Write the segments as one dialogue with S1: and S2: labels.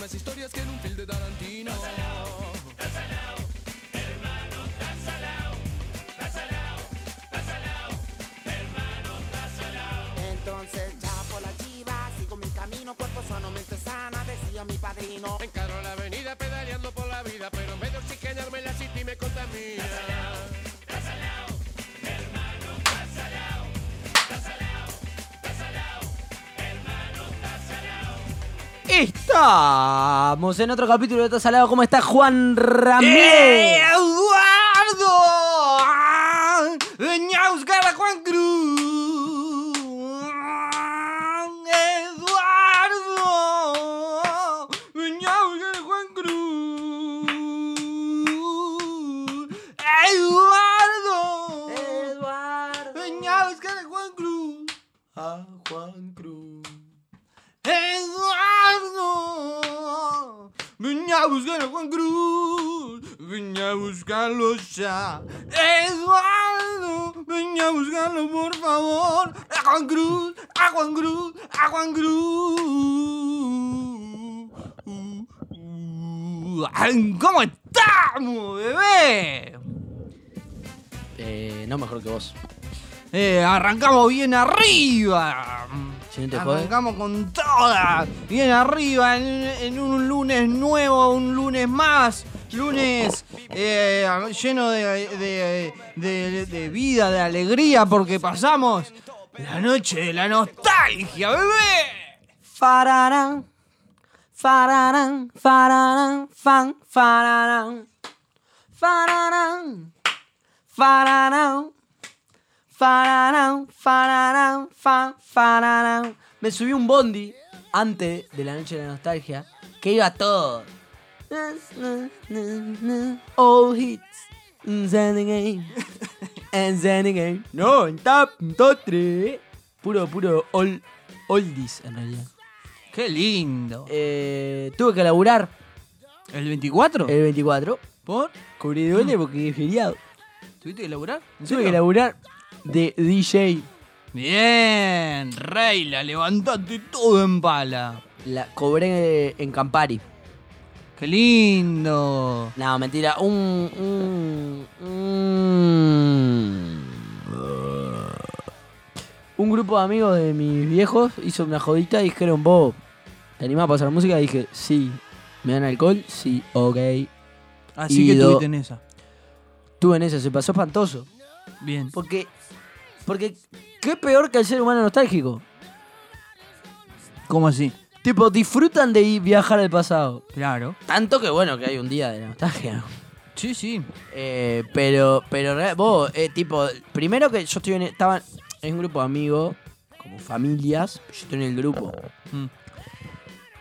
S1: más historias que en un film de Tarantino.
S2: Entonces ya por la chiva sigo mi camino, cuerpo sano, mente sana, decía mi padrino.
S1: Encaro la avenida pedaleando por la vida, pero en vez de oxigenarme la city me contamina.
S3: Estamos en otro capítulo de Tasalado. ¿Cómo está Juan Ramírez?
S4: ¡Eduardo! ¡Ñausgara Juan Cruz! ¡Eduardo! ¡Ñausgara Juan Cruz! ¡Eduardo!
S3: Eduardo.
S4: Ven a buscar a Juan Cruz. A Juan Cruz. Eduardo. Ven a buscar a Juan Cruz. Ven a buscarlo ya. Eduardo. Ven a buscarlo, por favor. A Juan Cruz. A Juan Cruz. A Juan Cruz. Uh, uh. Ay, ¿Cómo estamos, bebé?
S3: Eh, no mejor que vos.
S4: Eh, arrancamos bien arriba.
S3: Si no te jode.
S4: arrancamos con toda. Bien arriba en, en un lunes nuevo, un lunes más. Lunes eh, lleno de, de- de- de vida, de alegría, porque pasamos la noche de la nostalgia, bebé.
S3: Fararán, fararán, fararán, fan, fararán. Fararán, fararán, fararán, fararán, fan, fararán. Me subí un bondi antes de la noche de la nostalgia que iba todo. All hits, then again, and then again. No, en tap, Puro, puro all, oldies en realidad.
S4: Qué lindo.
S3: Eh, tuve que laburar
S4: ¿El 24?
S3: el 24.
S4: ¿Por?
S3: Cubrí doble porque es feriado.
S4: ¿Tuviste que laburar? ¿En
S3: Tuve que
S4: serio?
S3: laburar de DJ.
S4: Bien, Reila, levantaste todo en pala.
S3: La cobré en Campari.
S4: Qué lindo.
S3: No, mentira. Un. Un. Un, un grupo de amigos de mis viejos hizo una jodita y dijeron, vos, ¿te animás a pasar música? Y dije, sí. ¿Me dan alcohol? Sí, ok.
S4: Así que
S3: Ido.
S4: tuviste en esa.
S3: Tuve en eso, se pasó espantoso.
S4: Bien.
S3: Porque. Porque. ¿Qué peor que el ser humano nostálgico?
S4: ¿Cómo así?
S3: Tipo, disfrutan de ir viajar al pasado.
S4: Claro.
S3: Tanto que bueno que hay un día de la nostalgia.
S4: Sí, sí.
S3: Eh, pero, pero re- vos, eh, tipo, primero que yo estoy en, estaba en un grupo de amigos, como familias, yo estoy en el grupo.
S4: Mm.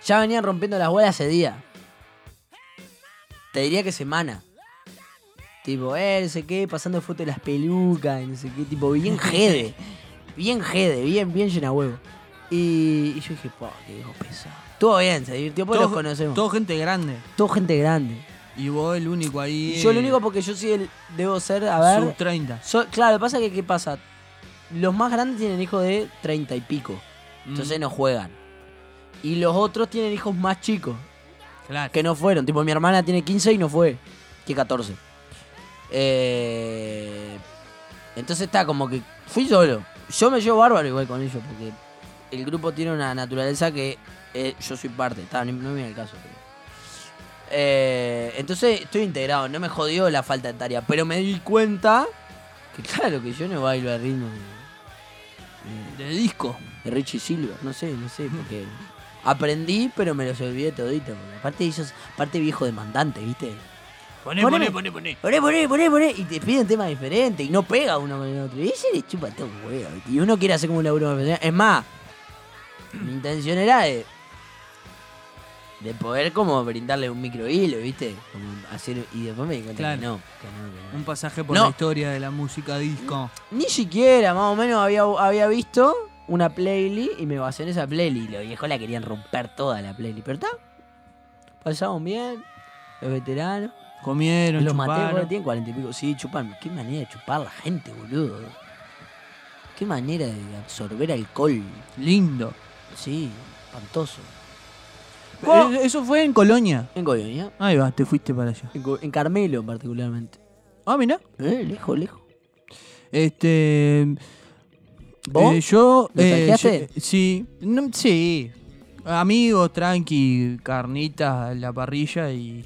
S3: Ya venían rompiendo las bolas ese día. Te diría que semana. Tipo, eh, no sé qué, pasando fotos de las pelucas, y no sé qué, tipo, bien jede. bien jede, bien, bien llena huevo. Y, y yo dije, po, qué viejo pesado. Estuvo bien, se divirtió, pues los
S4: Todo-
S3: conocemos. Todo,
S4: todo gente grande.
S3: gente grande.
S4: Y vos el único ahí.
S3: Yo lo único porque yo sí el- debo ser, a ver.
S4: Sub 30.
S3: So- claro, pasa que, ¿qué pasa? Los más grandes tienen hijos de 30 y pico.
S4: Mm,
S3: Entonces no juegan. Y los otros tienen hijos más chicos.
S4: claro.
S3: Que no fueron. Tipo, mi hermana tiene 15 y no fue. Que 14. Eh, entonces está como que fui solo. Yo me llevo bárbaro igual con ellos. Porque el grupo tiene una naturaleza que eh, yo soy parte. Está, ni- no viene el caso. pero- Eh, entonces estoy integrado. No me jodió la falta de tarea. Pero me di cuenta que claro que yo no bailo al ritmo de,
S4: De disco.
S3: de Richie Silva. No sé, no sé por qué. Aprendí, pero me los olvidé todito. porque Aparte, ellos, aparte viejo demandante, ¿viste?
S4: Poné,
S3: Poné.
S4: poné, poné, poné.
S3: Poné, poné, poné, poné. Y te piden temas diferentes y no pega uno con el otro. Y ese le chupa todo un huevo. ¿viste? Y uno quiere hacer como un laburo más profesional. Es más, mi intención era de. De poder como brindarle un micro hilo, ¿viste? Como hacer. Y después me di cuenta
S4: Claro.
S3: que no. que no,
S4: Un pasaje por
S3: No.
S4: la historia de la música disco.
S3: que no. Ni siquiera, más o menos, había, había visto una playlist y me basé en esa playlist. Los viejos la querían romper toda la playlist. Pero está. Pasaron bien. Los veteranos.
S4: Comieron,
S3: Los maté,
S4: chuparon.
S3: boludo, tienen cuarenta y pico. Sí, chupan. Qué manera de chupar la gente, boludo. Qué manera de absorber alcohol.
S4: Lindo.
S3: Sí, espantoso. Co-
S4: Eh, Eso fue en Colonia.
S3: En Colonia.
S4: Ahí va, te fuiste para allá.
S3: En, Co- en Carmelo particularmente.
S4: Ah, mira.
S3: Eh, lejos, lejos.
S4: Este.
S3: ¿Vos?
S4: eh, yo.
S3: ¿Lo
S4: eh,
S3: tanqueaste?
S4: yo- sí. No, sí. Amigos, tranqui, carnitas, la parrilla y.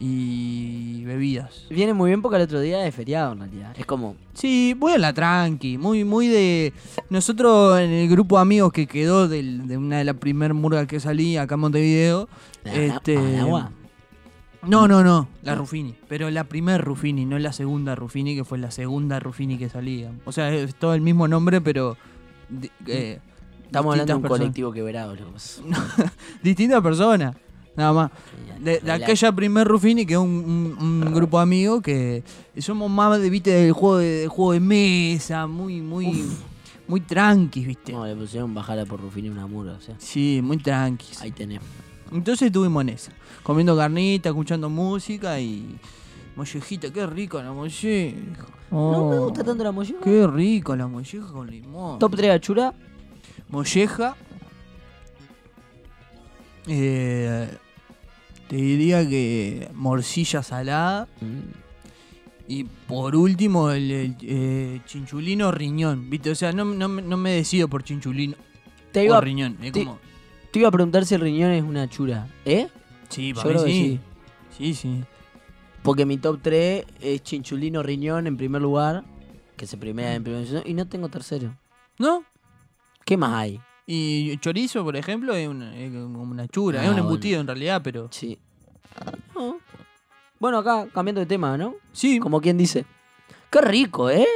S4: Y bebidas.
S3: Viene muy bien porque el otro día es feriado en realidad. Es como,
S4: Sí, voy a la tranqui, muy, muy de. Nosotros en el grupo de amigos que quedó del- de una de las primeras murgas que salí acá en Montevideo.
S3: La-
S4: este,
S3: la- agua.
S4: No, no, no, la Ruffini. Pero la primer Ruffini, no la segunda Ruffini, que fue la segunda Ruffini que salía. O sea, es todo el mismo nombre, pero. di- eh,
S3: Mm. Estamos hablando de un
S4: distintas personas.
S3: colectivo quebrado, locos.
S4: Distintas personas, nada más. De, de
S3: La-
S4: aquella primer Ruffini, que es un, un- un grupo de amigos que somos más de, viste, del juego de, del juego de mesa, muy, muy. Muy tranquis, viste.
S3: No, le pusieron bajada por Rufini una mura, o sea.
S4: Sí, muy tranquis.
S3: Ahí tenés.
S4: Entonces estuvimos en esa, comiendo carnita, escuchando música y. Mollejita, qué rico la molleja.
S3: No me
S4: Oh,
S3: gusta tanto la molleja.
S4: Qué rico la molleja con limón.
S3: Top 3 achura.
S4: Molleja. eh, te diría que morcilla salada. Y por último, el, el, eh, chinchulino riñón. ¿Viste? O sea, no, no me- no me decido por chinchulino
S3: Te
S4: o
S3: iba,
S4: riñón. Es
S3: te-
S4: como.
S3: te iba a preguntar si el riñón es una achura. ¿Eh?
S4: Sí,
S3: Yo
S4: para mí
S3: creo que
S4: sí. Sí, sí.
S3: Porque mi top 3 es chinchulino riñón en primer lugar, que se primera en primer lugar, y no tengo tercero.
S4: ¿No?
S3: ¿Qué más hay?
S4: Y chorizo, por ejemplo, es una, es como una chura,
S3: Ah,
S4: es un
S3: bueno.
S4: embutido en realidad, pero.
S3: Sí. No. Bueno, acá cambiando de tema, ¿no?
S4: Sí,
S3: Como quien dice. Qué rico, ¿eh?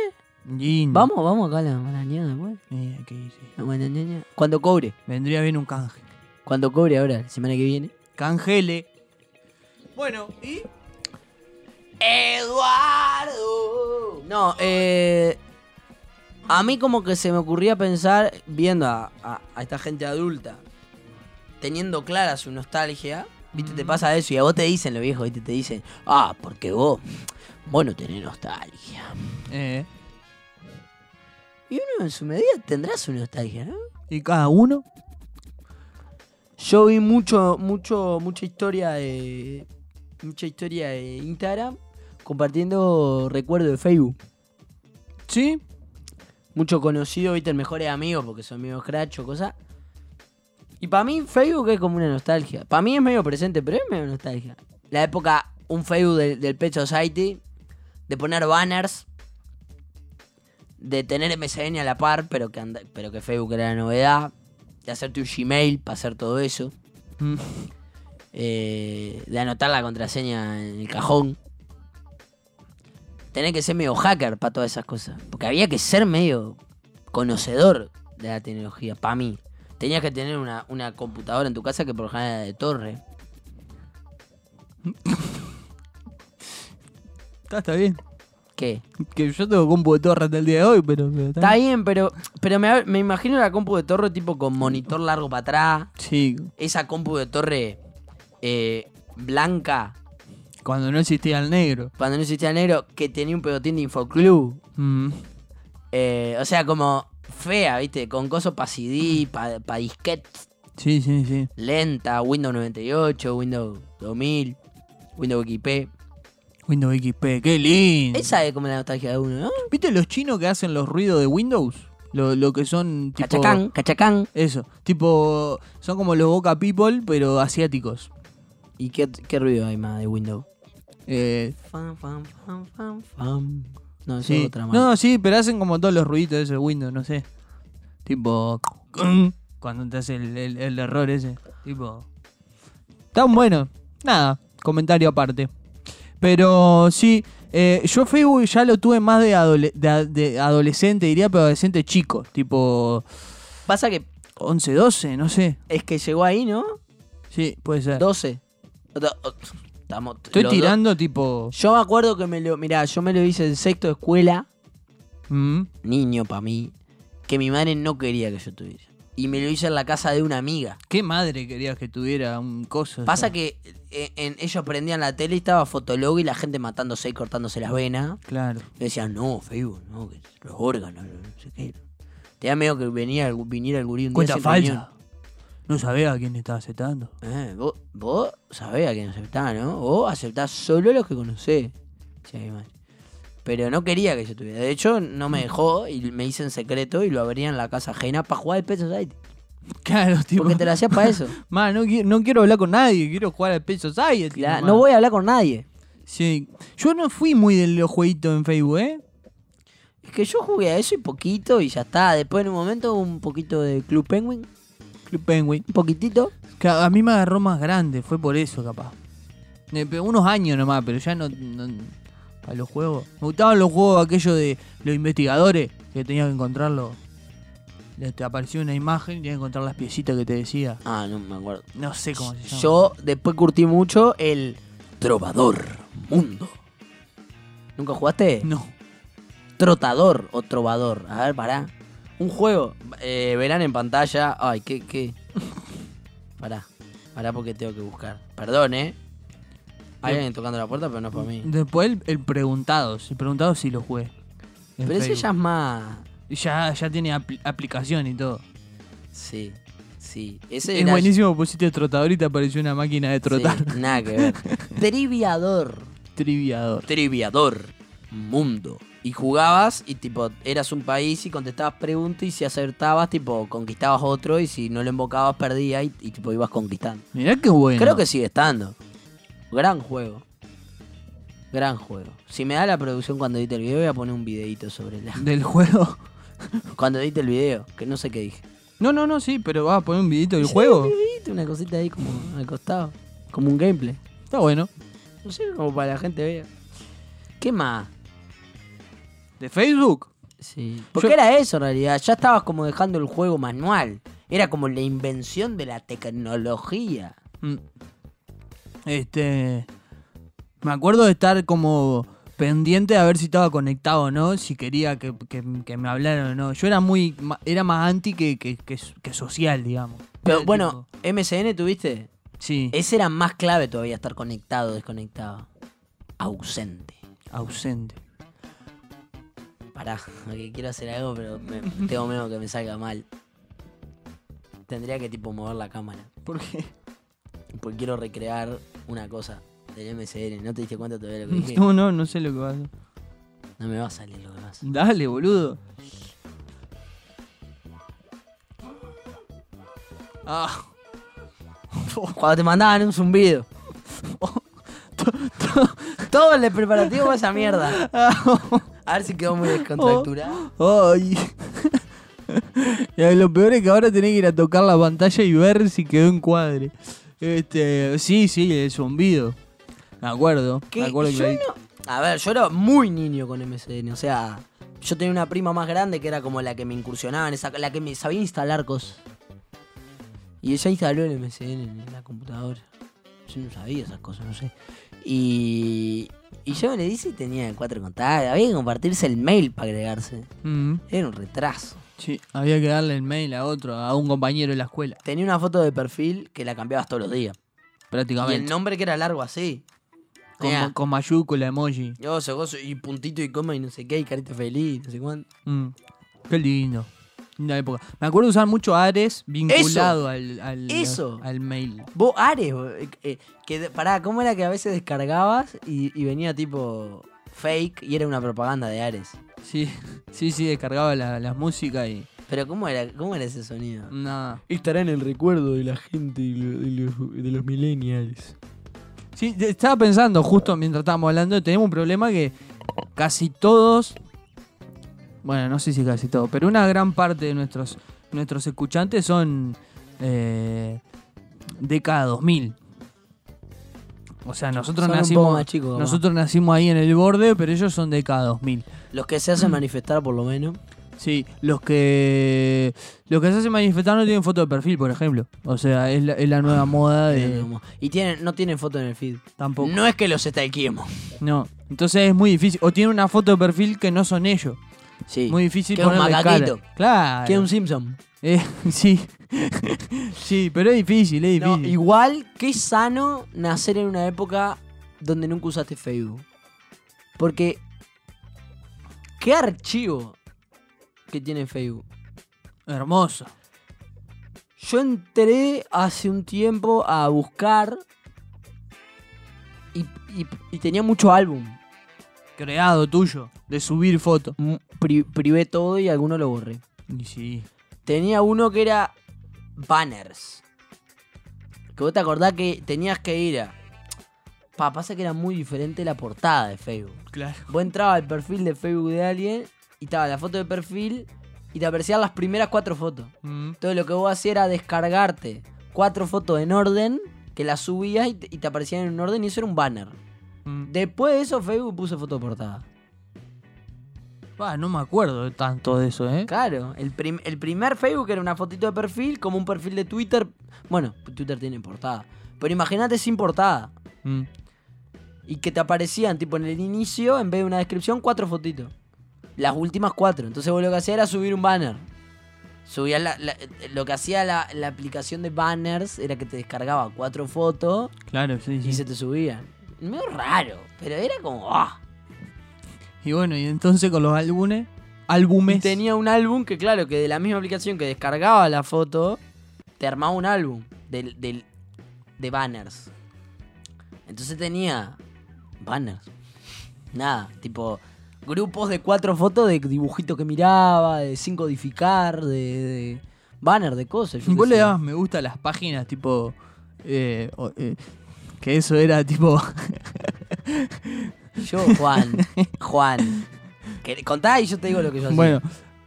S4: lindo.
S3: Vamos, vamos acá a la mañana, güey.
S4: Eh, ¿qué dice?
S3: La bananada. Cuando cobre.
S4: Vendría bien un canje.
S3: Cuando cobre ahora, la semana que viene.
S4: Cangele. Bueno, y.
S3: Eduardo. No, eh. A mí como que se me ocurría pensar, viendo a, a- a esta gente adulta, teniendo clara su nostalgia, viste, te pasa eso y a vos te dicen lo viejo, viste, te dicen, ah, porque vos, vos no tenés nostalgia.
S4: Eh,
S3: Y uno en su medida tendrá su nostalgia, ¿no?
S4: y cada uno.
S3: Yo vi mucho, mucho, mucha historia de. Mucha historia de Instagram compartiendo recuerdos de Facebook.
S4: Sí,
S3: mucho conocido, viste, el mejores amigos, porque son amigos crash o cosas. Y para mí Facebook es como una nostalgia. Para mí es medio presente, pero es medio nostalgia. La época, un Facebook del, del Pet Society, de poner banners, de tener MSN a la par, pero que, anda- pero que Facebook era la novedad, de hacerte un Gmail para hacer todo eso,
S4: Mm.
S3: eh, de anotar la contraseña en el cajón. Tener que ser medio hacker para todas esas cosas. Porque había que ser medio conocedor de la tecnología, para mí. Tenías que tener una, una computadora en tu casa que por lo general era de torre.
S4: está, está bien.
S3: ¿Qué?
S4: Que yo tengo compu de torre hasta el día de hoy, pero. pero está
S3: Está bien, pero, pero me, me imagino la compu de torre tipo con monitor largo para atrás.
S4: Sí,
S3: Esa compu de torre eh, blanca,
S4: cuando no existía el negro.
S3: cuando no existía negro, que tenía un pegotín de Infoclub.
S4: Mm.
S3: Eh, o sea, como fea, ¿viste? Con coso para CD, para pa disquetes,
S4: Sí, sí, sí.
S3: lenta, Windows 98, Windows 2000, Windows XP.
S4: Windows XP, qué lindo.
S3: Esa es como la nostalgia de uno, ¿no?
S4: ¿Viste los chinos que hacen los ruidos de Windows? Lo, lo que son tipo.
S3: Cachacán, cachacán.
S4: Eso, tipo, son como los Boca People, pero asiáticos.
S3: ¿Y qué, qué ruido hay más de Windows?
S4: Eh,
S3: Fam, fam, fam, fam, fam. No, eso
S4: sí.
S3: es otra
S4: No,
S3: mano.
S4: sí, pero hacen como todos los ruiditos de ese Windows, no sé. Tipo, cuando te hace el, el- el error ese. Tipo, tan bueno. Nada, comentario aparte. Pero sí, eh, yo Facebook ya lo tuve más de, adole- de a- de adolescente, diría, pero adolescente chico. Tipo,
S3: Pasa que
S4: 11, 12, no sé.
S3: es que llegó ahí, ¿no?
S4: Sí, puede ser.
S3: 12. O- o- Estamos,
S4: Estoy
S3: los
S4: tirando, tipo.
S3: dos- Yo me acuerdo que me lo. Mirá, yo me lo hice en sexto de escuela,
S4: mm,
S3: niño para mí, que mi madre no quería que yo tuviera. Y me lo hice en la casa de una amiga.
S4: ¿Qué madre querías que tuviera un coso?
S3: Pasa que eh, en, ellos prendían la tele y estaba Fotolog y la gente matándose y cortándose las venas.
S4: Claro.
S3: Y decían, no, Facebook, no, que los órganos, no, no sé qué. Te da miedo que venía, el- viniera el gurí un día
S4: Cuenta
S3: sin
S4: falsa.
S3: riñón.
S4: No sabía a quién estaba aceptando.
S3: Eh, vos, vos sabés a quién aceptás, ¿no? Vos aceptás solo los que conocés. Sí, man. Pero no quería que yo tuviera. De hecho, no me dejó y me hice en secreto y lo abría en la casa ajena para jugar al Pet Society.
S4: Claro, tipo.
S3: Porque te lo hacía para eso.
S4: Man, no, qui- no quiero hablar con nadie, quiero jugar al Pet Society.
S3: La-
S4: nomás.
S3: no voy a hablar con nadie.
S4: Sí. Yo no fui muy de los jueguitos en Facebook, ¿eh?
S3: Es que yo jugué a eso y poquito y ya está. Después en un momento un poquito de Club Penguin.
S4: Club Penguin.
S3: Un poquitito.
S4: Que A a mí me agarró más grande, fue por eso, capaz. Me pegó unos años nomás, pero ya no. para los juegos. Me gustaban los juegos aquellos de los investigadores que tenías que encontrarlo. Le- Te apareció una imagen y tenías que encontrar las piecitas que te decía.
S3: Ah, no me acuerdo.
S4: No sé cómo se llama.
S3: Yo después curtí mucho el Trovador Mundo. ¿Nunca jugaste?
S4: No.
S3: Trotador o Trovador. A ver, pará. Un juego. eh, verán en pantalla. Ay, qué, qué. Pará. Pará porque tengo que buscar. Perdón, eh. Hay
S4: Yo-
S3: alguien tocando la puerta, pero no es para mí.
S4: Después el, el Preguntados. El Preguntados sí lo jugué. En
S3: Pero ese
S4: Facebook.
S3: ya es más.
S4: ya. Ya tiene apl- aplicación y todo.
S3: Sí. Sí. Ese
S4: Es
S3: era-
S4: buenísimo, pusiste trotador y te apareció una máquina de
S3: sí,
S4: trotar.
S3: nada que ver. Triviador.
S4: Triviador.
S3: Triviador. Mundo. Y jugabas y tipo, eras un país y contestabas preguntas y si acertabas, tipo, conquistabas otro y si no lo invocabas perdías y, y, tipo ibas conquistando.
S4: Mirá qué bueno.
S3: Creo que sigue estando. Gran juego. Gran juego. Si me da la producción cuando edite el video, voy a poner un videito sobre la.
S4: Del juego.
S3: Cuando edite el video, que no sé qué dije.
S4: No, no, no, sí, pero vas a poner un videito del juego.
S3: Sí, un videito, una cosita ahí como al costado. Como un gameplay.
S4: Está bueno.
S3: No sé, como para la gente vea. ¿Qué más?
S4: ¿De Facebook?
S3: Sí. Porque
S4: Yo-
S3: era eso en realidad. Ya estabas como dejando el juego manual. Era como la invención de la tecnología.
S4: Mm. Este. Me acuerdo de estar como pendiente de a ver si estaba conectado o no, si quería que, que- que me hablaran o no. Yo era muy. ma- Era más anti que, que- que- que social, digamos.
S3: Pero
S4: Era
S3: bueno, MSN tuviste.
S4: tipo- Sí,
S3: Ese era más clave todavía estar conectado, desconectado. Ausente.
S4: ausente.
S3: Pará, que quiero hacer algo, pero me- tengo miedo que me salga mal. Tendría que tipo mover la cámara.
S4: ¿Por qué?
S3: Porque quiero recrear una cosa del MSN. ¿No te diste cuenta todavía de lo que dije?
S4: No, no, no sé lo que va a hacer.
S3: No me va a salir lo demás.
S4: Dale, boludo. Ah.
S3: Cuando te mandaban un zumbido. Todo el preparativo fue esa mierda. A ver si quedó muy descontracturado.
S4: Ay. Y lo peor es que ahora tenés que ir a tocar la pantalla y ver si quedó en cuadre. Este, sí, sí, el zumbido. Me acuerdo.
S3: Que
S4: me acuerdo
S3: yo
S4: clarito.
S3: no- A ver, yo era muy niño con MSN. O sea, yo tenía una prima más grande que era como la que me incursionaba en esa. La que me sabía instalar cosas. Y ella instaló el MSN en la computadora. Yo no sabía esas cosas, no sé. Y. Y yo le dice y tenía cuatro contactos. Había que compartirse el mail para agregarse.
S4: Mm,
S3: Era un retraso.
S4: sí, había que darle el mail a otro, a un compañero de la escuela,
S3: Tenía una foto de perfil que la cambiabas todos los días. Y el
S4: prácticamente.
S3: nombre que era largo así.
S4: Con,
S3: Tenía,
S4: con mayúscula, emoji.
S3: yo, se gozo, y puntito y coma y no sé qué, y carita feliz, no sé cuánto.
S4: Mm, qué lindo. Linda época. Me acuerdo usar mucho Ares vinculado al, al,
S3: Eso.
S4: al mail.
S3: Vos, Ares, bo- eh, eh, que, de- pará, ¿cómo era que a veces descargabas y, y venía tipo fake y era una propaganda de Ares?
S4: Sí, sí, sí, descargaba la, la música y
S3: Pero ¿cómo era, cómo era ese sonido?
S4: nada.
S5: Estará en el recuerdo de la gente y lo- de los, de los millennials.
S4: Sí, te- estaba pensando justo mientras estábamos hablando, tenemos un problema que casi todos, bueno, no sé si casi todos, pero una gran parte de nuestros, nuestros escuchantes son eh, década 2000. O sea, nosotros
S3: Son un poco
S4: nacimos
S3: más chicos, capaz.
S4: nosotros nacimos ahí en el borde, pero ellos son década 2000.
S3: Los que se hacen manifestar por lo menos.
S4: Sí, los que los que se hacen manifestar no tienen foto de perfil, por ejemplo. O sea, es la, es la nueva moda
S3: eran
S4: de
S3: como- Y tienen, Ah, no tienen foto en el feed.
S4: tampoco.
S3: No es que los estalquemos.
S4: No, entonces es muy difícil. O tiene una foto de perfil que no son ellos.
S3: Sí.
S4: Muy difícil
S3: Que es un
S4: ponerle
S3: macaquito.
S4: cara. Claro.
S3: Que es un Simpson.
S4: Eh, sí. sí, pero es difícil, es
S3: No,
S4: difícil.
S3: igual que sano nacer en una época donde nunca usaste Facebook. Porque, ¿qué archivo que tiene Facebook?
S4: Hermoso.
S3: yo entré hace un tiempo a buscar y, y- y tenía mucho álbum.
S4: Creado tuyo, de subir foto.
S3: Mm, pri- privé todo y alguno lo borré.
S4: Y sí.
S3: Tenía uno que era banners. Que vos te acordás que tenías que ir a... Pa, pasa que era muy diferente la portada de Facebook.
S4: Claro.
S3: Vos entrabas al perfil de Facebook de alguien y estaba la foto de perfil y te aparecían las primeras cuatro fotos.
S4: Mm,
S3: Entonces lo que vos hacías era descargarte cuatro fotos en orden, que las subías y te, y te aparecían en un orden y eso era un banner.
S4: mm.
S3: Después de eso Facebook puso foto de portada.
S4: Bah, no me acuerdo de tanto de eso, ¿eh?
S3: Claro, el, prim- el primer Facebook era una fotito de perfil, como un perfil de Twitter. Bueno, Twitter tiene portada. Pero imagínate sin portada.
S4: Mm.
S3: Y que te aparecían, tipo en el inicio, en vez de una descripción, cuatro fotitos. Las últimas cuatro. Entonces vos lo que hacías era subir un banner. Subías la- la- lo que hacía la, la aplicación de banners era que te descargaba cuatro fotos
S4: Claro, sí,
S3: y se te subían. Medio raro, pero era como. ¡ah!
S4: Y bueno, y entonces con los álbumes. Álbumes.
S3: Y tenía un álbum que, claro, que de la misma aplicación que descargaba la foto, te armaba un álbum del, del- de banners. Entonces tenía banners. Nada, tipo grupos de cuatro fotos de dibujito que miraba, de sin codificar, de, de banner, de cosas. yo
S4: Vos
S3: qué
S4: le
S3: sé.
S4: dabas me gusta a las páginas, tipo. eh, o- eh, que eso era tipo.
S3: Yo, Juan, Juan. que- Contá y yo te digo lo que yo hacía.
S4: Bueno,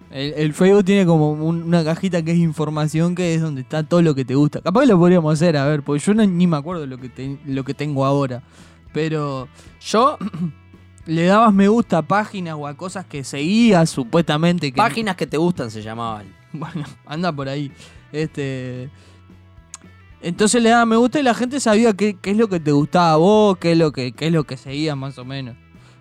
S4: el, el Facebook tiene como un- una cajita que es información, que es donde está todo lo que te gusta. Capaz que lo podríamos hacer, a ver, porque yo no- ni me acuerdo lo que, te- lo que tengo ahora. Pero yo le dabas me gusta a páginas o a cosas que seguías supuestamente. Que,
S3: Páginas que te gustan se llamaban.
S4: Bueno, anda por ahí. Este. Entonces le daba me gusta y la gente sabía qué, qué es lo que te gustaba a vos, qué es lo que, qué es lo que seguías más o menos.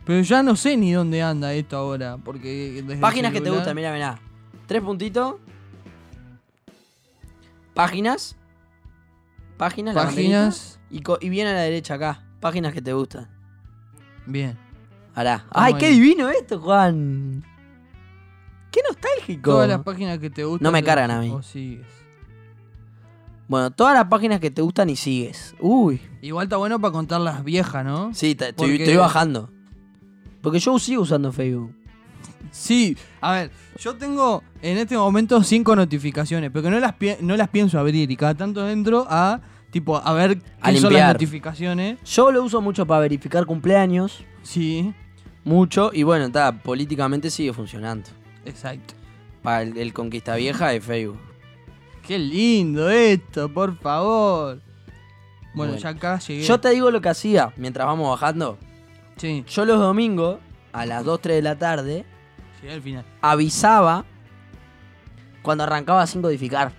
S4: Pero ya no sé ni dónde anda esto ahora, porque desde el
S3: Páginas que te
S4: celular-
S3: gustan, mirá, mirá. Tres puntitos. Páginas. Páginas, la
S4: Páginas.
S3: banderita. Y, co- y bien a la derecha acá. Páginas que te gustan.
S4: Bien.
S3: Hará. ¡Ay,
S4: ahí.
S3: qué divino esto, Juan! ¡Qué nostálgico!
S4: Todas las páginas que te gustan.
S3: No me
S4: te-
S3: cargan a mí.
S4: o sigues.
S3: bueno, todas las páginas que te gustan y sigues. Uy.
S4: Igual está bueno para contar las viejas, ¿no?
S3: Sí, te- estoy,
S4: Porque-
S3: estoy bajando. Porque yo sigo usando Facebook.
S4: Sí, a ver, yo tengo en este momento cinco notificaciones, pero que no las, pi- no las pienso abrir y cada tanto entro a, tipo, a ver qué
S3: A
S4: son las
S3: limpiar.
S4: notificaciones.
S3: Yo lo uso mucho para verificar cumpleaños.
S4: Sí,
S3: Mucho. Y bueno, está, políticamente sigue funcionando.
S4: exacto.
S3: Para el, el conquista vieja de Facebook.
S4: Qué lindo esto, por favor. Bueno,
S3: Bueno.
S4: ya acá llegué.
S3: Yo te digo lo que hacía mientras vamos bajando.
S4: Sí,
S3: Yo los domingos, a las 2, 3 de la tarde,
S4: llegué al final.
S3: avisaba cuando arrancaba sin codificar.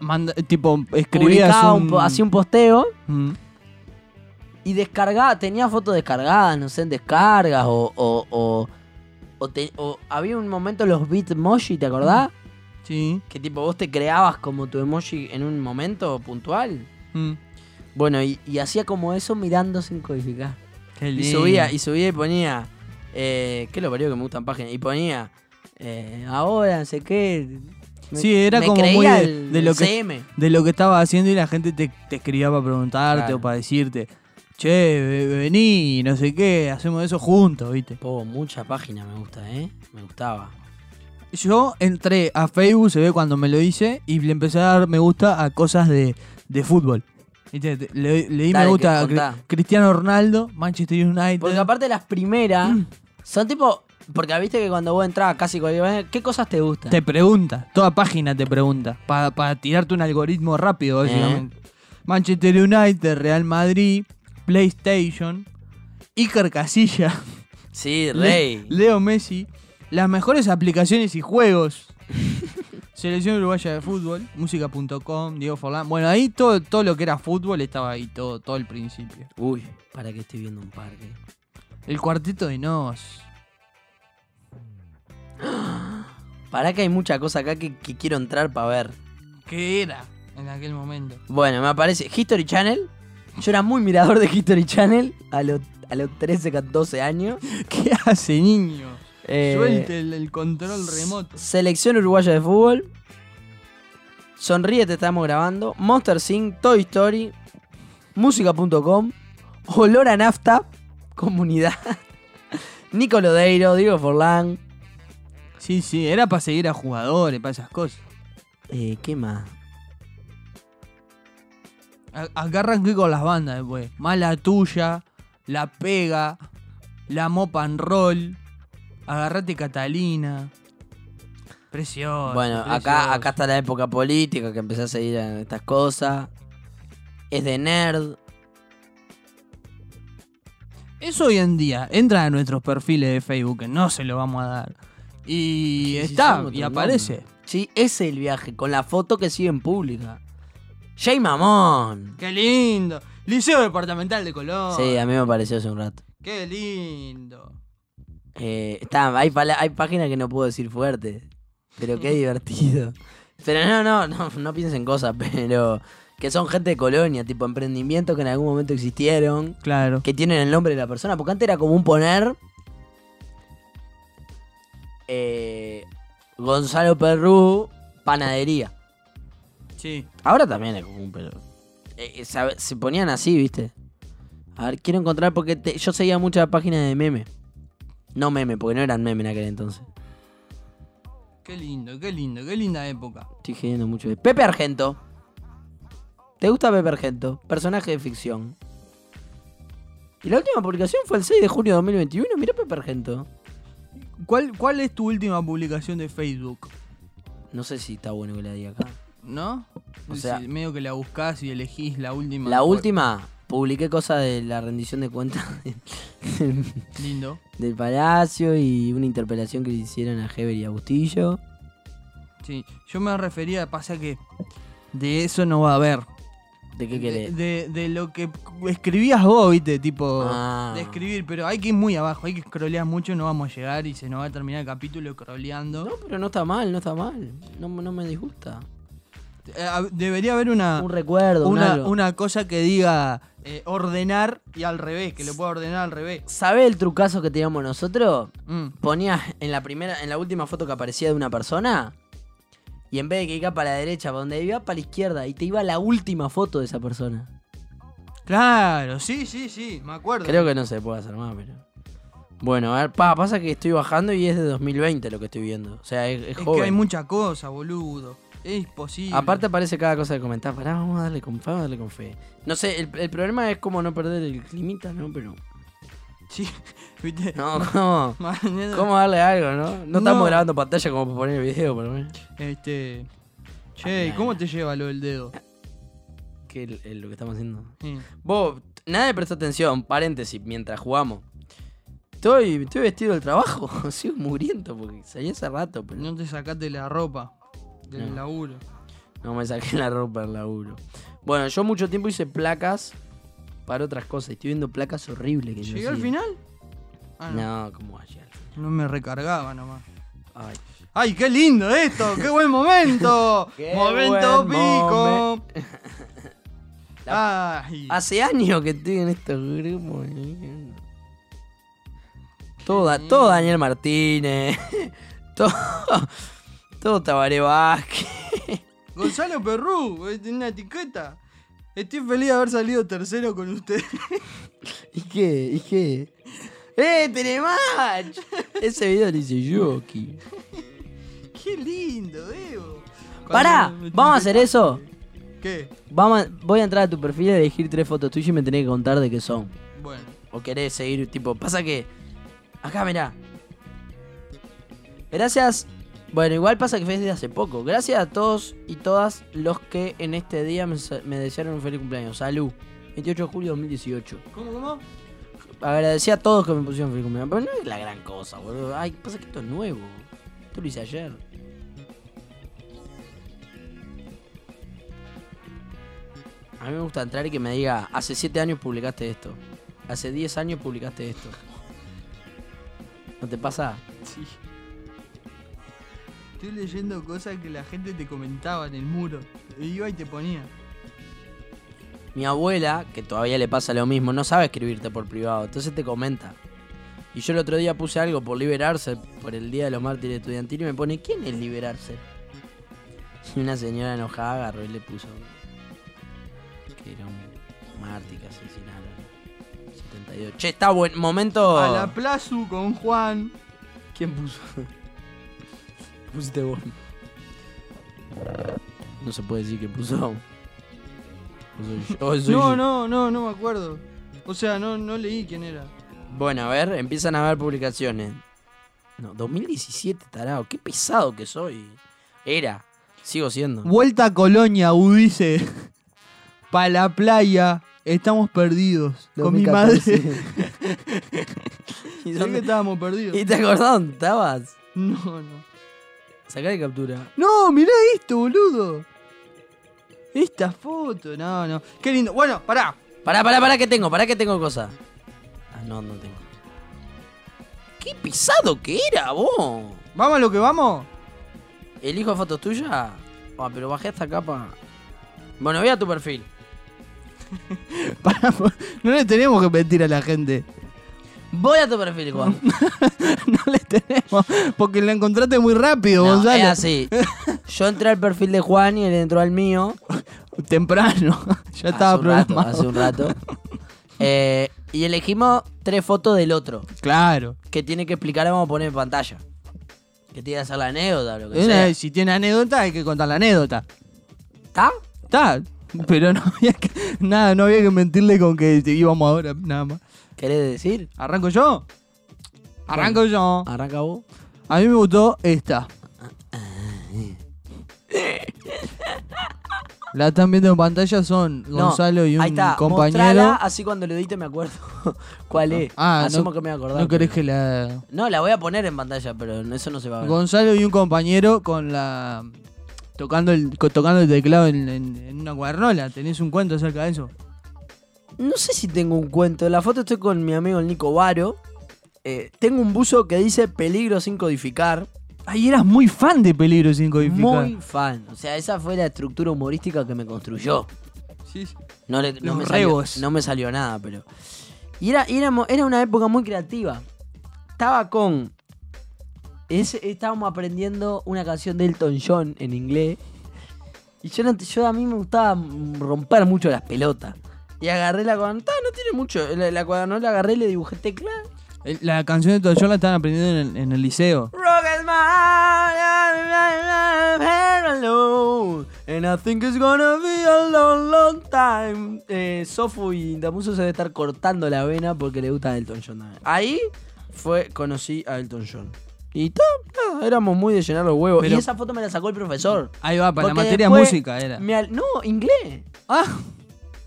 S4: Manda, tipo, escribías
S3: Publicaba,
S4: un...
S3: un... po- hacía un posteo
S4: Mm.
S3: y descargaba, tenía fotos descargadas, no sé, en descargas o... o, o- o te- o había un momento los Bitmoji, ¿te acordás?
S4: Sí.
S3: Que tipo vos te creabas como tu emoji en un momento puntual.
S4: Mm.
S3: Bueno, y, y hacía como eso mirando sin codificar.
S4: Qué
S3: Y
S4: lindo.
S3: subía, y subía y ponía. Eh, ¿Qué lo parió que me gustan páginas? Y ponía. eh, ahora, no sé qué. Me-
S4: Sí, era
S3: me
S4: como
S3: creía
S4: muy de-
S3: el-
S4: de lo
S3: el
S4: que-
S3: CM.
S4: de lo que estaba haciendo y la gente te, te escribía para preguntarte
S3: Claro.
S4: o para decirte, che, ve- vení, no sé qué, hacemos eso juntos, ¿viste?
S3: Po, mucha página me gusta, ¿eh? Me gustaba.
S4: Yo entré a Facebook, se ve cuando me lo hice, y le empecé a dar me gusta a cosas de, de fútbol. ¿Viste? Te- Le, le di
S3: Dale,
S4: me gusta
S3: que-
S4: a Cri-
S3: contá.
S4: Cristiano Ronaldo, Manchester United.
S3: Porque aparte las primeras son tipo. Porque viste que cuando vos entrabas casi cualquier vez, ¿qué cosas te gustan?
S4: Te pregunta, toda página te pregunta, para tirarte un algoritmo rápido,
S3: Eh.
S4: básicamente. Manchester United, Real Madrid, PlayStation, Iker Casilla,
S3: Sí,
S4: Le-
S3: rey.
S4: Leo Messi, las mejores aplicaciones y juegos. Selección Uruguaya de Fútbol, música.com, Diego Forlán. Bueno, ahí todo, todo lo que era fútbol estaba ahí, todo, todo el principio.
S3: Uy, para que estoy viendo un parque.
S4: El cuarteto de Nos.
S3: Para que hay mucha cosa acá que, que quiero entrar para ver.
S4: ¿Qué era en aquel momento?
S3: Bueno, me aparece History Channel. Yo era muy mirador de History Channel a los, a los 13, 14 años.
S4: ¿Qué hace, niño?
S3: Eh,
S4: Suelte el, el control remoto.
S3: Selección uruguaya de fútbol. Sonríe, te estamos grabando. Monster Sync, Toy Story, música.com, Olor a Nafta, Comunidad, Nicolodeiro, Diego Forlán.
S4: Sí, sí, era para seguir a jugadores, para esas cosas.
S3: Eh, ¿Qué más?
S4: A- Acá arranqué con las bandas después. Mala tuya, La Pega, La Mop and Roll, Agarrate Catalina. Precioso.
S3: Bueno,
S4: precioso.
S3: acá, acá está la época política que empecé a seguir a estas cosas. Es de nerd.
S4: Eso hoy en día entra a nuestros perfiles de Facebook, que no se lo vamos a dar. Y
S3: Sí, sí,
S4: está,
S3: somos
S4: y
S3: otro
S4: aparece.
S3: nombre. Sí, ese es el viaje, con la foto que sigue en pública. Jay Mamón.
S4: ¡Qué lindo! Liceo Departamental de Colón.
S3: Sí, a mí me pareció hace un rato.
S4: ¡Qué lindo!
S3: Eh, está, hay, pala- hay páginas que no puedo decir fuerte, pero qué divertido. Pero no, no, no, no piensen cosas, pero que son gente de colonia, tipo emprendimientos que en algún momento existieron,
S4: Claro.
S3: que tienen el nombre de la persona, porque antes era común poner eh, Gonzalo Perrú, panadería.
S4: Sí.
S3: Ahora también es común, pero. eh, eh, sabe- se ponían así, ¿viste? A ver, quiero encontrar porque te- yo seguía muchas páginas de meme. No meme, porque no eran meme en aquel entonces.
S4: Qué lindo, qué lindo, qué linda época.
S3: Estoy jodiendo mucho. Pepe Argento. ¿Te gusta Pepe Argento? Personaje de ficción. Y la última publicación fue el 6 de junio de 2021. Mira Pepe Argento.
S4: ¿Cuál, ¿Cuál es tu última publicación de Facebook?
S3: No sé si está bueno que la diga acá.
S4: ¿No?
S3: O
S4: Sí,
S3: sea-
S4: medio que la buscás y elegís la última.
S3: La última, publiqué cosas de la rendición de cuentas
S4: Lindo.
S3: del Palacio y una interpelación que le hicieron a Heber y a Bustillo.
S4: Sí. Yo me refería, pasa que de eso no va a haber.
S3: ¿De
S4: De,
S3: qué querés?
S4: de, de lo que escribías vos, viste, tipo
S3: Ah.
S4: de escribir, pero hay que ir muy abajo, hay que scrollear mucho, no vamos a llegar y se nos va a terminar el capítulo scrolleando.
S3: No, pero no está mal, no está mal. No, no me disgusta.
S4: Eh, a- debería haber una,
S3: Ah, Un recuerdo, un
S4: una,
S3: algo.
S4: una cosa que diga eh, ordenar y al revés, que lo pueda ordenar al revés.
S3: ¿Sabés el trucazo que teníamos nosotros?
S4: Mm.
S3: Ponías en la primera, en la última foto que aparecía de una persona. Y en vez de que iba para la derecha, para donde iba, para la izquierda. Y te iba la última foto de esa persona.
S4: Claro, sí, sí, sí, me acuerdo.
S3: Creo que no se puede hacer más, pero. Bueno, a ver, pa, pasa que estoy bajando y es de 2020 lo que estoy viendo. O sea, es, es
S4: es
S3: joven.
S4: que hay mucha cosa, boludo. Es imposible.
S3: Aparte aparece cada cosa que comentás. Pará, vamos a darle con fe, vamos a darle con fe. No sé, el, el problema es como no perder el climita, ¿no? Pero.
S4: Sí, viste.
S3: No, ¿cómo?
S4: Mañana-
S3: ¿Cómo darle algo, no? No
S4: No.
S3: estamos grabando pantalla como para poner el video, por lo menos.
S4: Este. Che, ¿y
S3: Ah,
S4: ¿cómo
S3: nah.
S4: te lleva lo del dedo?
S3: Que es lo que estamos haciendo.
S4: Sí.
S3: Vos, t- nadie prestó atención, paréntesis, mientras jugamos. Estoy, estoy vestido del trabajo, sigo muriendo porque salí hace rato, pero no,
S4: No te sacaste la ropa del
S3: No.
S4: laburo.
S3: me saqué la ropa del laburo. Bueno, yo mucho tiempo hice placas para otras cosas. y Estoy viendo placas horribles que yo
S4: ¿Llegué al
S3: hacía.
S4: final? Ah, no.
S3: No, como ayer.
S4: No me recargaba nomás.
S3: Ay,
S4: ¡Ay, qué lindo esto! ¡Qué buen momento!
S3: Qué
S4: ¡Momento
S3: buen
S4: pico!
S3: momen-
S4: ¡Ay!
S3: Hace años que estoy en estos grupos. ¿eh? Todo, Da- todo Daniel Martínez. Todo, todo Tabaré Vázquez.
S4: Gonzalo Perrú, eh, tiene una etiqueta. Estoy feliz de haber salido tercero con usted.
S3: ¿Y qué? ¿Y qué? ¡Eh, Telemach! Ese video lo hice yo aquí.
S4: ¡Qué lindo, Evo!
S3: Pará,
S4: Cuando me-
S3: vamos a hacer eso.
S4: ¿Qué?
S3: Vamos a- voy a entrar a tu perfil y elegir tres fotos tuyas y me tenés que contar de qué son.
S4: Bueno,
S3: O querés seguir, tipo, pasa que. Acá, mirá. Gracias. Bueno, igual pasa que fue desde hace poco. Gracias a todos y todas los que en este día me, sa- me desearon un feliz cumpleaños. Salud. 28 de julio de 2018.
S4: ¿cómo, cómo?
S3: Agradecí a todos que me pusieron feliz cumpleaños. Pero no es la gran cosa, boludo. Ay, pasa que esto es nuevo. Esto lo hice ayer. A mí me gusta entrar y que me diga, hace 7 años publicaste esto. Hace 10 años publicaste esto. ¿No te pasa?
S4: Sí. Estoy leyendo cosas que la gente te comentaba en el muro. Y iba y te ponía.
S3: Mi abuela, que todavía le pasa lo mismo, no sabe escribirte por privado, entonces te comenta. Y yo el otro día puse algo por liberarse por el Día de los Mártires Estudiantiles y me pone, ¿quién es liberarse? Y una señora enojada agarró y le puso que era un mártir que asesinaron. 72. Che, está buen momento.
S4: A la plazu con Juan.
S5: ¿Quién puso? Pusiste vos.
S3: No se puede decir que puso. Puso yo, soy
S4: No,
S3: yo.
S4: no, no, no me acuerdo. O sea, no, no leí quién era.
S3: Bueno, a ver, empiezan a haber publicaciones. No, 2017, tarado. Qué pesado que soy. Era. Sigo siendo.
S4: Vuelta a Colonia, Udice. Pa' la playa. Estamos perdidos. Con mi madre.
S5: 2014.
S4: ¿Sabés
S3: ¿Y,
S4: que
S3: dónde-
S4: estábamos perdidos?
S3: ¿Y te acordás dónde estabas?
S4: No, no.
S3: Sacá de captura.
S4: No, mirá esto, boludo. Esta foto, no, no. Qué lindo. Bueno, pará.
S3: Pará, pará, pará, que tengo, pará, que tengo cosa. Ah, no, no tengo. Qué pesado que era, vos.
S4: ¿Vamos a lo que vamos?
S3: ¿Elijo fotos tuyas? Ah, pero bajé hasta acá pa... Bueno, vea tu perfil.
S4: Pará, po- no le tenemos que mentir a la gente.
S3: Voy a tu perfil, Juan.
S4: No le tenemos. Porque la encontraste muy rápido,
S3: No, es
S4: Gonzalo.
S3: así. Yo entré al perfil de Juan y él entró al mío.
S4: Temprano. ya estaba
S3: hace un rato,
S4: programado.
S3: hace un rato. Eh, y elegimos tres fotos del otro.
S4: Claro.
S3: Que tiene que explicar, vamos a poner en pantalla. Que tiene que hacer la anécdota, lo que
S4: Una-
S3: sea.
S4: Eh, si tiene anécdota, hay que contar la anécdota.
S3: ¿Está?
S4: Está. Pero no había que, nada, no había que mentirle con que íbamos ahora, nada más.
S3: ¿Querés decir?
S4: ¿Arranco yo? Arranco yo.
S3: Arranca vos.
S4: A mí me gustó esta. La están viendo en pantalla, son
S3: No,
S4: Gonzalo y
S3: ahí
S4: un
S3: está.
S4: compañero.
S3: Mostrala, así cuando lo edite me acuerdo cuál es.
S4: Ah, no-
S3: Asumo que me voy a acordar.
S4: no querés
S3: pero-
S4: que la.
S3: No, la voy a poner en pantalla, pero eso no se va a ver.
S4: Gonzalo y un compañero con la. tocando el, co- tocando el teclado en, en- en una cuadernola. ¿Tenés un cuento acerca de eso?
S3: No sé si tengo un cuento. En la foto estoy con mi amigo el Nico Varo. Eh, tengo un buzo que dice peligro sin codificar.
S4: Ay, eras muy fan de Peligro sin codificar.
S3: Muy fan. O sea, esa fue la estructura humorística que me construyó.
S4: Sí, sí.
S3: No, le- no
S4: Los
S3: me, salió,
S4: rebos.
S3: no me salió nada, pero. Y era, y éramos- era una época muy creativa. Estaba con. es- estábamos aprendiendo una canción de Elton John en inglés. Y yo, no- yo a mí me gustaba mm, romper mucho las pelotas. Y agarré la cuadernola. No tiene mucho. La, la cuadernola agarré y le dibujé teclado.
S4: El- La canción de Toyo la estaban aprendiendo en el, en el liceo.
S3: Rocketman, I'm alone, and I think it's gonna be a long, long time. Eh, Sofu y Indamuso se debe estar cortando la vena porque le gusta Elton John también. Ahí fue, conocí a Elton John. Y ta, ta, éramos muy de llenar los huevos.
S4: Pero-
S3: y esa foto me la sacó el profesor.
S4: Ahí va, para la
S3: Porque
S4: materia de
S3: después
S4: música era.
S3: me al- no, inglés.
S4: Ah,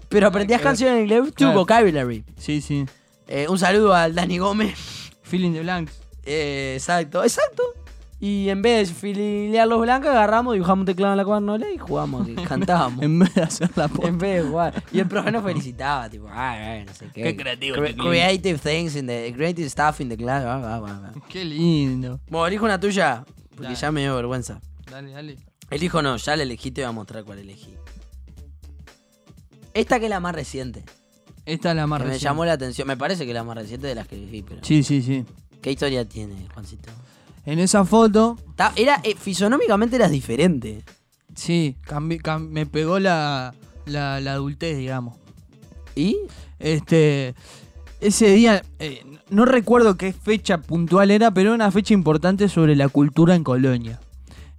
S3: Pero aprendías canciones en inglés, tu
S4: Claro.
S3: vocabulary.
S4: sí, sí.
S3: Eh, un saludo al Dani Gómez.
S4: Feeling the Blanks.
S3: Eh, exacto, exacto. Y en vez de filiar los blancos, agarramos, dibujamos un teclado en la cuadernola y jugamos, que cantábamos. en,
S4: En vez de hacer la po-
S3: vez de jugar. Y el profe nos felicitaba, tipo, ay, ay, no sé qué.
S4: Qué creativo
S3: Cre-
S4: este niño.
S3: creative things in the creative stuff in the class. Ah, ah, ah, ah.
S4: Qué lindo.
S3: Bueno, elijo una tuya, porque
S4: Dale.
S3: ya me dio vergüenza.
S4: Dale, dale.
S3: Elijo no, ya la elegí, te voy a mostrar cuál elegí. Esta que es la más reciente.
S4: Esta es la más
S3: que me
S4: reciente.
S3: llamó la atención. Me parece que es la más reciente de las que elegí, pero.
S4: Sí, sí, sí.
S3: ¿Qué historia tiene, Juancito?
S4: En esa foto,
S3: Ta- Era, eh, fisonómicamente eras diferente.
S4: sí, cambi- cam- me pegó la, la, la adultez, digamos.
S3: ¿Y?
S4: Este. Ese día, eh, no recuerdo qué fecha puntual era, pero era una fecha importante sobre la cultura en Colonia.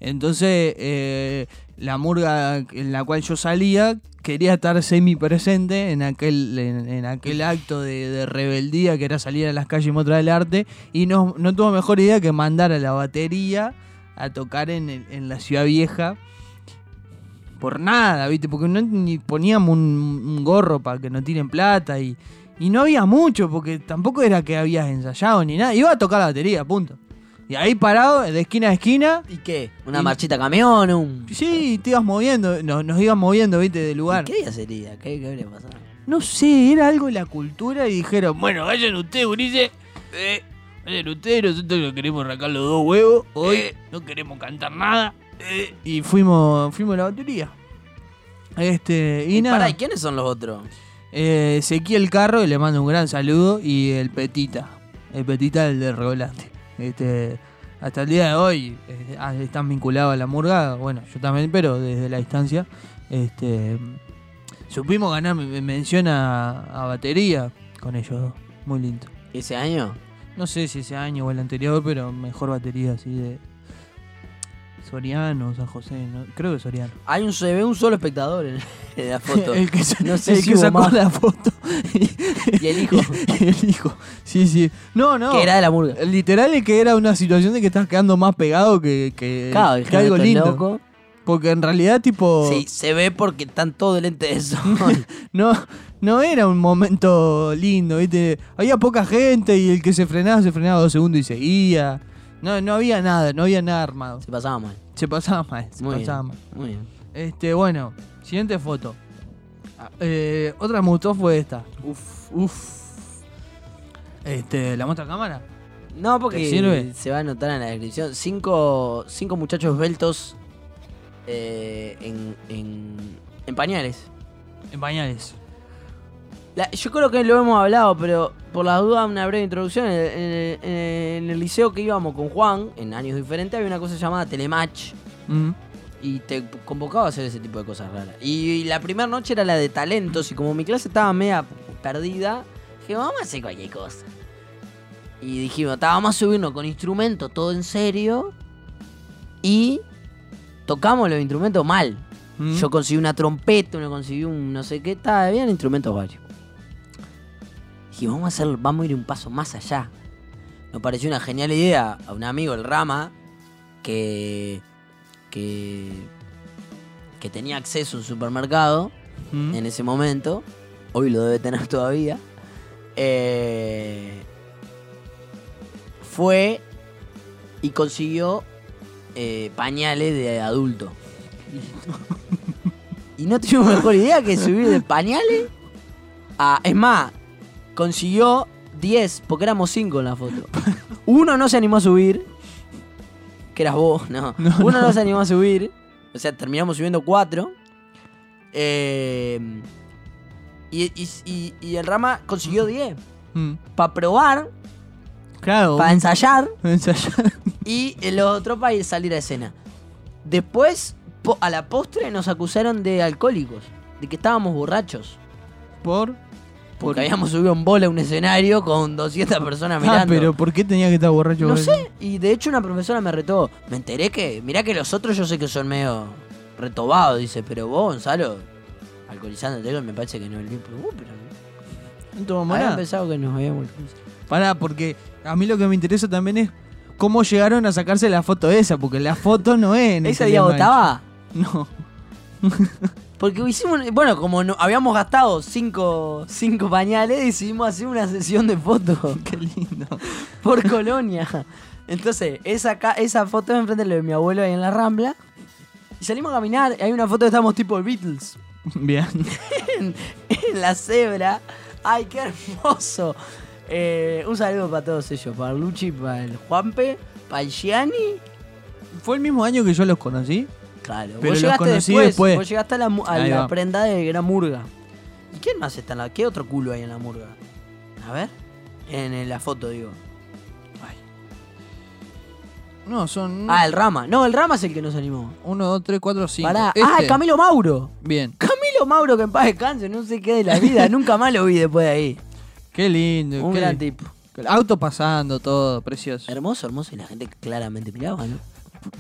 S4: Entonces, eh, la murga en la cual yo salía quería estar semi presente en aquel, en, en aquel acto de, de rebeldía que era salir a las calles y mostrar el arte. Y no, no tuvo mejor idea que mandar a la batería a tocar en, el- en la ciudad vieja. Por nada, ¿viste? Porque no ni poníamos un, un gorro para que no tiren plata y, y no había mucho, porque tampoco era que habías ensayado ni nada. Iba a tocar la batería, punto. Y ahí parado, de esquina a esquina,
S3: ¿Y qué? ¿Una
S4: Y-
S3: marchita camión? Un...
S4: Sí, te ibas moviendo, no- nos ibas moviendo, viste, del lugar.
S3: ¿Qué día sería? ¿Qué, qué habría pasado?
S4: No sé, era algo de la cultura y dijeron, bueno, vayan ustedes, Ulises, eh, vayan ustedes, nosotros no queremos arrancar los dos huevos, hoy no queremos cantar nada. eh". y fuimos, fuimos a la batería. Este, y,
S3: Y
S4: nada.
S3: Eh, pará, ¿y quiénes son los otros?
S4: Eh, Ezequiel Carro, le mando un gran saludo. Y el Petita. El Petita, el de Regolante. Este, hasta el día de hoy eh, ah, están vinculados a la murga. Bueno, yo también, pero desde la distancia. Este, supimos ganar men- mención a, a batería con ellos dos. Muy lindo.
S3: ¿Ese año?
S4: No sé si ese año o el anterior, pero mejor batería así de Soriano, San José. no- creo que Soriano.
S3: Hay un, se ve un solo espectador en, en la foto.
S4: El que, sa-
S3: No sé
S4: el
S3: si
S4: que
S3: hubo
S4: sacó
S3: más.
S4: la foto.
S3: y el hijo,
S4: el hijo. Sí, sí. No, no.
S3: que era de la murga.
S4: Literal es que era una situación de que estás quedando más pegado que, que,
S3: Claro,
S4: que
S3: el
S4: algo
S3: Gerardo
S4: lindo.
S3: loco.
S4: Porque en realidad, tipo,
S3: Sí, se ve porque están todos de lente de sol.
S4: no, no era un momento lindo, ¿viste? Había poca gente y el que se frenaba, se frenaba dos segundos y seguía. No, no había nada, no había nada armado.
S3: se pasaba mal.
S4: Se pasaba mal, se
S3: Muy
S4: pasaba mal.
S3: bien. Muy bien.
S4: Este, bueno, siguiente foto. Ah, eh, otra que me gustó fue esta. Uf, uf. Este, ¿la muestra a cámara?
S3: No,
S4: ¿Te sirve?
S3: porque se va a anotar en la descripción. Cinco, cinco muchachos beltos eh, en, en, en pañales.
S4: En pañales.
S3: La- yo creo que lo hemos hablado, pero por las dudas, una breve introducción. En el, en el- en el liceo que íbamos con Juan, en años diferentes, había una cosa llamada telematch.
S4: Mm.
S3: Y te convocaba a hacer ese tipo de cosas raras. Y, la primera noche era la de talentos. Y como mi clase estaba media perdida, dije, vamos a hacer cualquier cosa. Y dijimos, "Ta, vamos a subirnos con instrumentos, todo en serio. Y tocamos los instrumentos mal.
S4: Mm.
S3: Yo conseguí una trompeta, uno consiguió un no sé qué, ta, habían instrumentos varios. Dije, vamos a hacer, vamos a ir un paso más allá. Nos pareció una genial idea a un amigo, el Rama, que. que. que tenía acceso a un supermercado
S4: Mm.
S3: en ese momento. Hoy lo debe tener todavía. eh, fue y consiguió eh, pañales de adulto. y no tuvimos mejor idea que subir de pañales a. Es más, consiguió 10, porque éramos 5 en la foto. Uno no se animó a subir. Que eras vos, no. Uno no. se animó a subir. O sea, terminamos subiendo 4. Em, y, y- y- y el Rama consiguió 10.
S4: Mm.
S3: Para probar,
S4: Claro.
S3: para ensayar
S4: ensayar.
S3: y el otro para salir a escena. Después, po- a la postre, nos acusaron de alcohólicos, de que estábamos borrachos.
S4: Por.
S3: Porque habíamos subido en bola a un escenario con 200 personas mirando.
S4: Ah, pero ¿por qué tenía que estar borracho?
S3: No
S4: boludo?
S3: sé, y de hecho una profesora me retó. Me enteré que, mirá que los otros yo sé que son medio retobados, dice, pero vos, Gonzalo, alcoholizándote, me parece que no es limpio. Uh, pero
S4: No tomamos
S3: había
S4: nada.
S3: pensado que nos habíamos alcoholizado.
S4: Pará, porque a mí lo que me interesa también es cómo llegaron a sacarse la foto esa, porque la foto no es. en el
S3: ¿Ese día
S4: Telematch.
S3: votaba?
S4: No.
S3: Porque hicimos, bueno, como no- habíamos gastado cinco, cinco pañales, decidimos hacer una sesión de fotos. Qué lindo. Por colonia. Entonces, esa, ca- esa foto es enfrente de mi abuelo ahí en la Rambla. Y salimos a caminar, y hay una foto que estamos tipo Beatles.
S4: Bien.
S3: En, en la cebra. ¡Ay, qué hermoso! Eh, un saludo para todos ellos, para Luchi, para el Juanpe, para el Gianni.
S4: Fue el mismo año que yo los conocí.
S3: Claro,
S4: Pero los
S3: vos llegaste
S4: conocí
S3: después,
S4: después.
S3: Vos llegaste a la, mu- a
S4: Ahí
S3: la
S4: va.
S3: prenda de Gran Murga. ¿Y quién más está en la.? ¿Qué otro culo hay en la murga? A ver. En, en la foto, digo.
S4: No, son.
S3: Ah, el Rama. No, el Rama es el que nos animó.
S4: 1, 2, 3, 4, 5.
S3: Pará. Ah,
S4: este.
S3: Camilo Mauro.
S4: Bien.
S3: Camilo Mauro, que en paz descanse, no sé qué de la vida. Nunca más lo vi después de ahí.
S4: Qué lindo.
S3: Un
S4: qué
S3: gran
S4: lindo.
S3: tipo.
S4: Auto pasando, todo, precioso.
S3: Hermoso, hermoso. Y la gente claramente miraba, ¿no?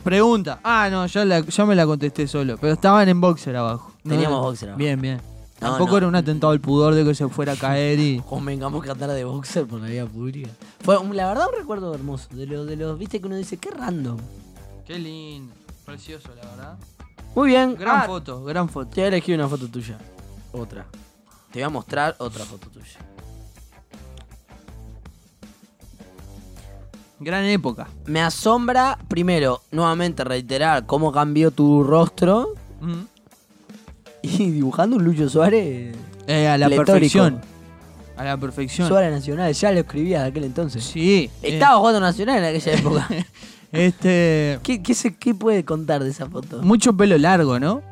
S4: Pregunta. Ah, no, ya, la- ya me la contesté solo. Pero estaban en boxer abajo. No
S3: Teníamos
S4: era-
S3: boxer abajo.
S4: Bien, bien.
S3: No,
S4: Tampoco
S3: no.
S4: era un atentado al pudor de que se fuera a caer y.
S3: Convengamos que andar de boxer por la vida pública. Fue, un- la verdad, un recuerdo hermoso. De los, de los, viste, que uno dice, qué random.
S4: Qué lindo. Precioso, la verdad.
S3: Muy bien.
S4: Gran
S3: Ah,
S4: foto, gran foto.
S3: Te voy a elegir una foto tuya. Otra. Te voy a mostrar otra foto tuya.
S4: Gran época.
S3: Me asombra, primero, nuevamente reiterar cómo cambió tu rostro.
S4: Mm.
S3: Y dibujando un Lucho Suárez.
S4: Eh, a la
S3: Pletórico.
S4: perfección. A la perfección.
S3: Suárez Nacional, ya lo escribías de aquel entonces.
S4: Sí. eh,
S3: Estaba jugando Nacional en aquella época.
S4: este.
S3: ¿Qué, qué, se- qué puede contar de esa foto?
S4: Mucho pelo largo, ¿no?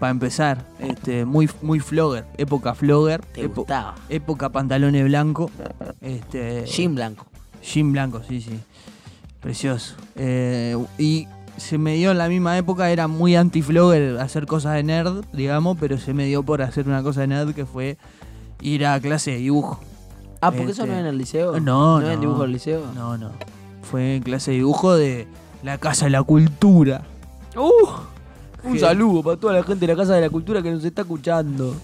S4: Para empezar. Este, muy, muy flogger. Época flogger.
S3: Te
S4: epo-
S3: gustaba.
S4: Época pantalones blanco. Este.
S3: Jim Blanco.
S4: jean blanco, sí, sí. Precioso. Eh, y se me dio en la misma época, era muy anti-flogger hacer cosas de nerd, digamos, pero se me dio por hacer una cosa de nerd que fue ir a clase de dibujo.
S3: Ah, porque eso
S4: Este,
S3: no es en el liceo.
S4: no,
S3: ¿No es en
S4: no.
S3: dibujo del liceo?
S4: No, no. Fue clase de dibujo de la Casa de la Cultura.
S3: Uh, un
S4: Gen-
S3: saludo para toda la gente de la Casa de la Cultura que nos está escuchando.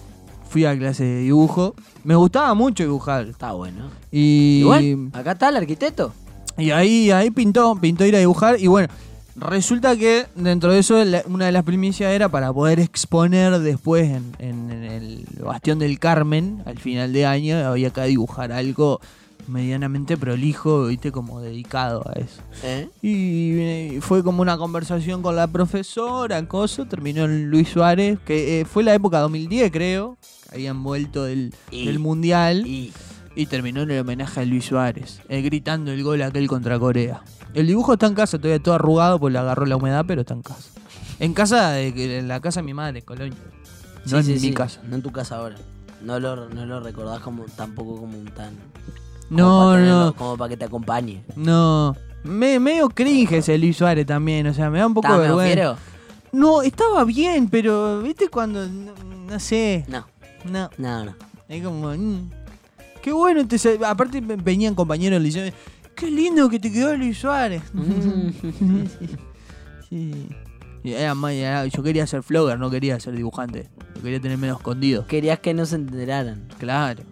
S4: Fui a clase de dibujo. Me gustaba mucho dibujar.
S3: Está bueno.
S4: Y,
S3: Igual, acá está el arquitecto.
S4: y ahí, ahí pintó, pintó ir a dibujar. Y bueno, resulta que dentro de eso la- una de las primicias era para poder exponer después en, en- en el Bastión del Carmen, al final de año, había que dibujar algo medianamente prolijo, viste, como dedicado a eso.
S3: ¿Eh?
S4: Y eh, fue como una conversación con la profesora, cosa, terminó en Luis Suárez, que eh, fue la época 2010 creo, que habían vuelto del,
S3: Y-
S4: del Mundial, y,
S3: Y
S4: terminó en el homenaje a Luis Suárez, eh, gritando el gol aquel contra Corea. El dibujo está en casa, todavía todo arrugado porque le agarró la humedad, pero está en casa. En casa, de, que- en la casa de mi madre, en Colonia. No en
S3: sí,
S4: mi
S3: sí, sí.
S4: casa.
S3: No en tu casa ahora. No lo, no lo recordás como tampoco como un tan. como
S4: No,
S3: pa' tenerlo-
S4: no,
S3: Como para que te acompañe.
S4: no. Me, medio cringe ese Luis Suárez también, o sea, me da un poco
S3: ¿Está
S4: de
S3: medio
S4: vergüenza.
S3: fiero?
S4: No, estaba bien, pero viste cuando. No, no sé.
S3: No,
S4: No.
S3: no, no.
S4: Es como. mm. Qué bueno. Te, sa- aparte ve- venían compañeros del liceo. Qué lindo que te quedó Luis Suárez.
S3: Mm.
S4: sí. Y era más- era- yo quería ser flogger, no quería ser dibujante. Yo quería tener menos escondido.
S3: Querías que no se enteraran.
S4: Claro.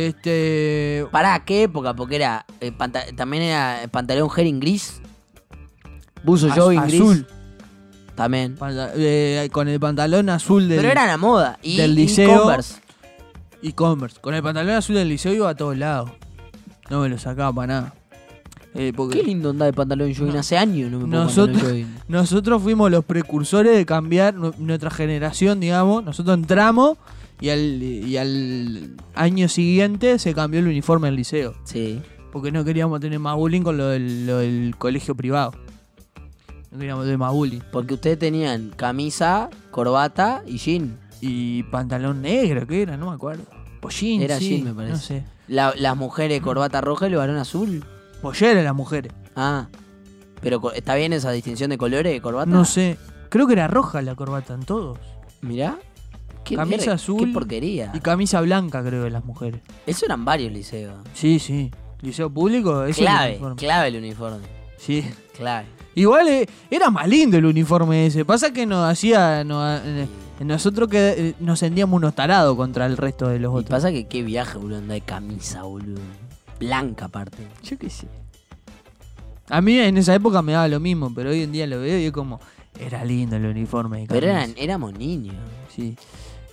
S4: Este.
S3: ¿Para qué época? Porque era. eh, panta- también era eh, pantalón herring gris. Buzo
S4: az-
S3: jogging gris.
S4: azul.
S3: También.
S4: Panta- eh, con el pantalón azul del
S3: Pero era la moda. Y,
S4: del
S3: y
S4: liceo.
S3: Converse.
S4: y Converse. Con el pantalón azul del liceo iba a todos lados. No me lo sacaba para nada. Eh, porque-
S3: Qué lindo andar de pantalón jogging. Hace años no me pongo
S4: Nosotros-
S3: pantalón jogging.
S4: Nosotros fuimos los precursores de cambiar nu- nuestra generación, digamos. Nosotros entramos y al, y al año siguiente se cambió el uniforme del liceo.
S3: Sí.
S4: Porque no queríamos tener más bullying con lo del, lo del colegio privado. No queríamos tener más bullying.
S3: Porque ustedes tenían camisa, corbata y jean.
S4: Y pantalón negro, ¿qué era? No me acuerdo. Pollín,
S3: Era
S4: sí,
S3: jean, me parece.
S4: No sé.
S3: La- las mujeres corbata roja y el varón azul.
S4: Pollera las mujeres.
S3: Ah. Pero co- está bien esa distinción de colores de corbata.
S4: No sé. Creo que era roja la corbata en todos.
S3: Mirá. Qué
S4: Camisa
S3: mierda,
S4: azul
S3: Qué porquería.
S4: Y camisa blanca, creo, de las mujeres.
S3: Eso eran varios liceos.
S4: Sí, sí. Liceo público, ese es el
S3: clave,
S4: uniforme.
S3: clave el uniforme.
S4: Sí.
S3: Clave.
S4: Igual eh, era más lindo el uniforme ese. Pasa que nos hacía. nos- eh, nosotros que eh, nos sentíamos unos tarados contra el resto de los
S3: Y
S4: otros.
S3: pasa que qué viaje, boludo, andar de camisa, boludo. Blanca aparte.
S4: Yo qué sé. A mí en esa época me daba lo mismo, pero hoy en día lo veo y es como. Era lindo el uniforme. de
S3: Pero
S4: camisa.
S3: eran, éramos niños.
S4: Sí.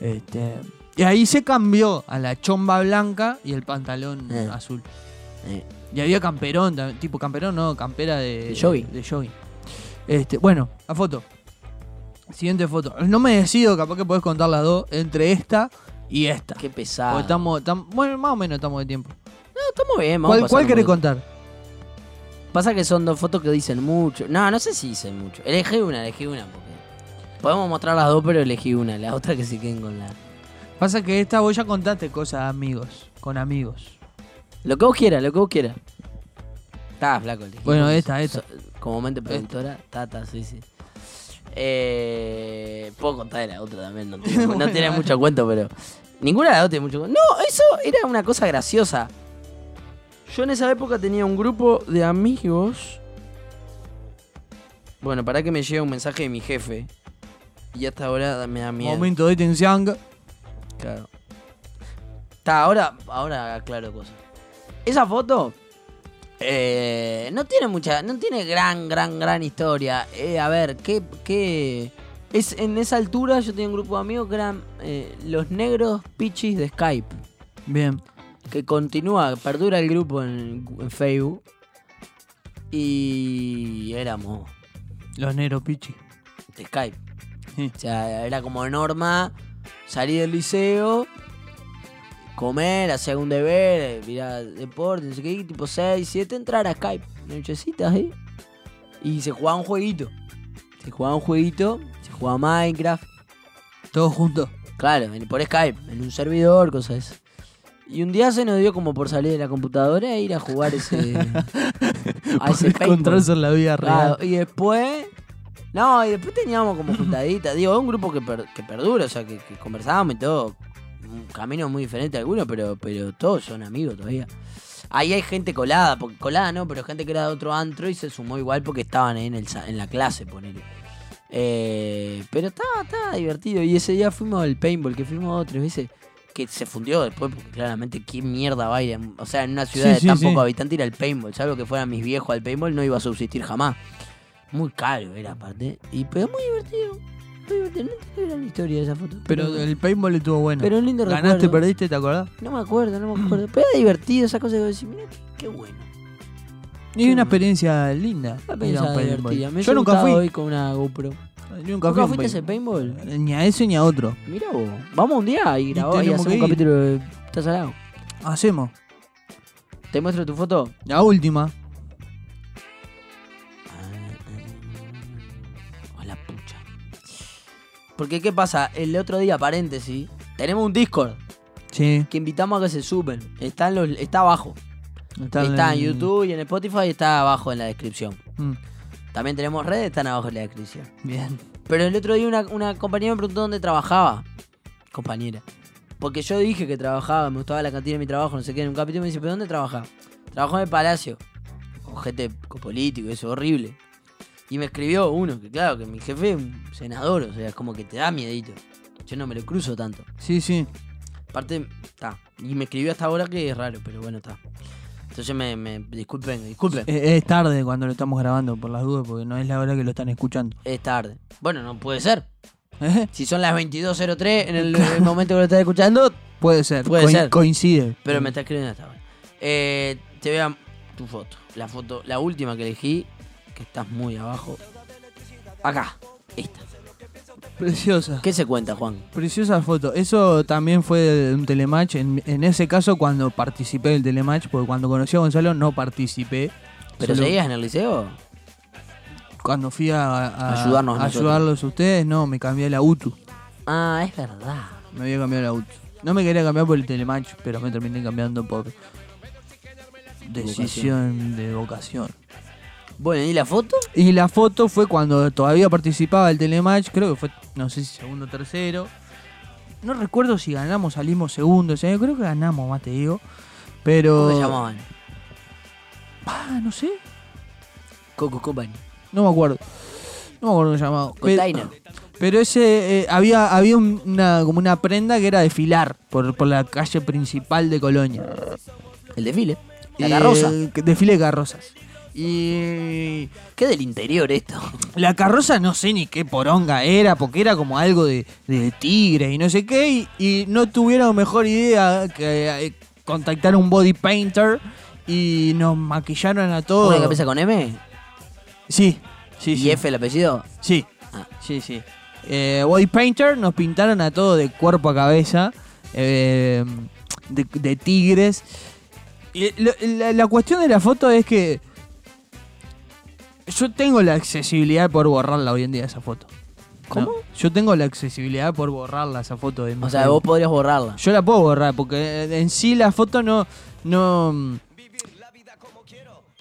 S4: Este, Y ahí se cambió a la chomba blanca y el pantalón
S3: Eh.
S4: azul.
S3: Eh.
S4: Y había camperón, tam- tipo camperón, no, campera de,
S3: De jogging.
S4: de jogging. Este, bueno, la foto. Siguiente foto. No me decido, capaz que podés contar las dos, entre esta y esta.
S3: Qué
S4: Porque
S3: pesado. Estamos,
S4: estamos, tam- bueno, más o menos estamos de tiempo.
S3: bien, vamos a
S4: ¿Cuál,
S3: pasar
S4: cuál
S3: un
S4: querés
S3: poco.
S4: contar?
S3: Pasa que son dos fotos que dicen mucho. No, no sé si dicen mucho. Elegí una, elegí una porque. Podemos mostrar las dos, pero elegí una. La otra que se queden con la.
S4: Pasa que esta vos ya contaste cosas, amigos, con amigos.
S3: Lo que vos quieras, lo que vos quieras. Está, flaco. elegí.
S4: Bueno, esta, esta.
S3: como mente productora, tata, sí, sí. Eh, puedo contar de la otra también, no tiene, no
S4: Bueno,
S3: tiene
S4: dale.
S3: mucho cuento, pero. Ninguna de las dos tiene mucho cuento. No, eso era una cosa graciosa. Yo en esa época tenía un grupo de amigos. Bueno, para que me llegue un mensaje de mi jefe. Y hasta ahora me da miedo.
S4: Momento de tensión.
S3: Claro. Está, ahora, ahora aclaro cosas. Esa foto eh, no tiene mucha, no tiene gran, gran, gran historia. Eh, a ver, ¿qué, qué? Es, en esa altura yo tenía un grupo de amigos que eran eh, los negros pichis de Skype.
S4: Bien.
S3: Que continúa, perdura el grupo en, en Facebook. Y éramos
S4: Los negros pichi.
S3: de Skype.
S4: Sí.
S3: O sea, era como norma salir del liceo, comer, hacer un deber, eh, ir a deporte, no sé qué, tipo 6, 7, entrar a Skype, nochecitas ahí. Y se jugaba un jueguito. Se jugaba un jueguito, se jugaba Minecraft,
S4: Todos juntos.
S3: claro, en- por Skype, en un servidor, cosas de esas. Y un día se nos dio como por salir de la computadora e ir a jugar ese. a ese
S4: Podés encontrarse
S3: paintball.
S4: en la vida real.
S3: Claro, Y después. No, y después teníamos como juntaditas. Digo, es un grupo que, per- que perdura, o sea, que, que conversábamos y todo. Un camino muy diferente a alguno, pero, pero todos son amigos todavía. Ahí hay gente colada, porque colada no, pero gente que era de otro antro y se sumó igual porque estaban ahí en, el, sa- en la clase, ponele. Eh, pero estaba, estaba divertido. Y ese día fuimos al paintball, que fuimos dos o tres veces, que se fundió después, porque claramente, ¿quién mierda va a ir? en- O sea, en una ciudad
S4: Sí,
S3: de
S4: sí,
S3: tan
S4: sí.
S3: poco habitante ir al paintball. Salvo que fueran mis viejos al paintball, no iba a subsistir jamás. Muy caro era aparte. Y pero muy divertido. Muy divertido. No entiendo gran historia de esa foto.
S4: Pero el paintball estuvo bueno.
S3: pero un lindo
S4: Ganaste,
S3: recuerdo.
S4: perdiste, ¿te acordás?
S3: No me acuerdo, no me acuerdo. Pero era divertido esa cosa que vos decís, mira qué, qué bueno.
S4: Y una experiencia linda.
S3: Una
S4: ir a un
S3: pensada
S4: paintball.
S3: divertida. Me
S4: Yo
S3: hubiese
S4: nunca
S3: gustado
S4: fui.
S3: ir con una GoPro.
S4: Nunca,
S3: ¿Nunca
S4: fui. a
S3: fuiste
S4: un
S3: a ese paintball?
S4: Ni a ese ni a otro.
S3: Mira vos, vamos un día y grabamos y,
S4: tenemos
S3: hacemos un
S4: que ir.
S3: capítulo de Estás al lado.
S4: Hacemos.
S3: ¿Te muestro tu foto? Ah,
S4: La última.
S3: A la ah, pucha. Porque, ¿qué pasa? El otro día, paréntesis, tenemos un Discord
S4: Sí.
S3: que invitamos a que se suben. Está, en los, está abajo. Está, en
S4: el-
S3: YouTube y en Spotify está abajo en la descripción.
S4: Mm,
S3: También tenemos redes, están abajo en la descripción.
S4: Bien.
S3: Pero el otro día una, una compañera me preguntó dónde trabajaba. Compañera. Porque yo dije que trabajaba, me gustaba la cantidad de mi trabajo, no sé qué. En un capítulo me dice, ¿pero dónde trabajaba? Trabajo en el Palacio. Con gente con político, eso, horrible. Y me escribió uno, que claro, que mi jefe es un senador, o sea, es como que te da miedito. Yo no me lo cruzo tanto.
S4: Sí, sí.
S3: Aparte, está. Y me escribió hasta ahora que es raro, pero bueno, está. Entonces me, me- disculpen, disculpen.
S4: Eh, es tarde cuando lo estamos grabando, por las dudas, porque no es la hora que lo están escuchando.
S3: Es tarde. Bueno, no puede ser.
S4: ¿Eh?
S3: Si son las 22.03 en el- el momento que lo estás escuchando,
S4: Puede ser.
S3: Puede ser.
S4: Coincide.
S3: Pero me está escribiendo hasta ahora. Eh, te vean tu foto. La foto, la última que elegí, que estás muy abajo. Acá, esta.
S4: Preciosa.
S3: ¿Qué se cuenta, Juan?
S4: Preciosa foto. Eso también fue de un telematch. En, en ese caso, cuando participé del telematch, porque cuando conocí a Gonzalo no participé.
S3: ¿Pero
S4: Solo
S3: seguías en el liceo?
S4: Cuando fui a, a-
S3: Ayudarnos
S4: a
S3: nosotros.
S4: ayudarlos a ustedes, no, me cambié a la UTU.
S3: Ah, es verdad.
S4: Me había cambiado la UTU. No me quería cambiar por el telematch, pero me terminé cambiando por decisión de vocación.
S3: Bueno, ¿y la foto?
S4: Y la foto fue cuando todavía participaba el telematch, creo que fue, no sé si segundo o tercero. No recuerdo si ganamos, salimos segundo ese año, creo que ganamos, más te digo. Pero.
S3: ¿Cómo se llamaban?
S4: Ah, no sé.
S3: Coco Company.
S4: No me acuerdo. No me acuerdo cómo se llamaba.
S3: Container.
S4: Pero ese eh, había, había un- una, como una prenda que era desfilar por, por la calle principal de Colonia.
S3: El desfile. La
S4: Eh,
S3: carroza.
S4: que- desfile de carrozas. Y
S3: ¿Qué del interior esto?
S4: La carroza no sé ni qué poronga era, porque era como algo de, de tigre y no sé qué, y, y no tuvieron mejor idea que eh, contactar a un body painter y nos maquillaron a todos.
S3: ¿Una que empieza con M?
S4: Sí, sí,
S3: ¿Y
S4: sí.
S3: F el apellido?
S4: Sí,
S3: Ah.
S4: sí, sí. Eh, body painter nos pintaron a todos de cuerpo a cabeza, eh, de, de tigres. Y lo- la, la cuestión de la foto es que yo tengo la accesibilidad por borrarla hoy en día esa foto.
S3: ¿Cómo?
S4: Yo tengo la accesibilidad por borrarla esa foto de mi
S3: O sea,
S4: Facebook.
S3: vos podrías borrarla.
S4: Yo la puedo borrar porque eh, en sí la foto no. no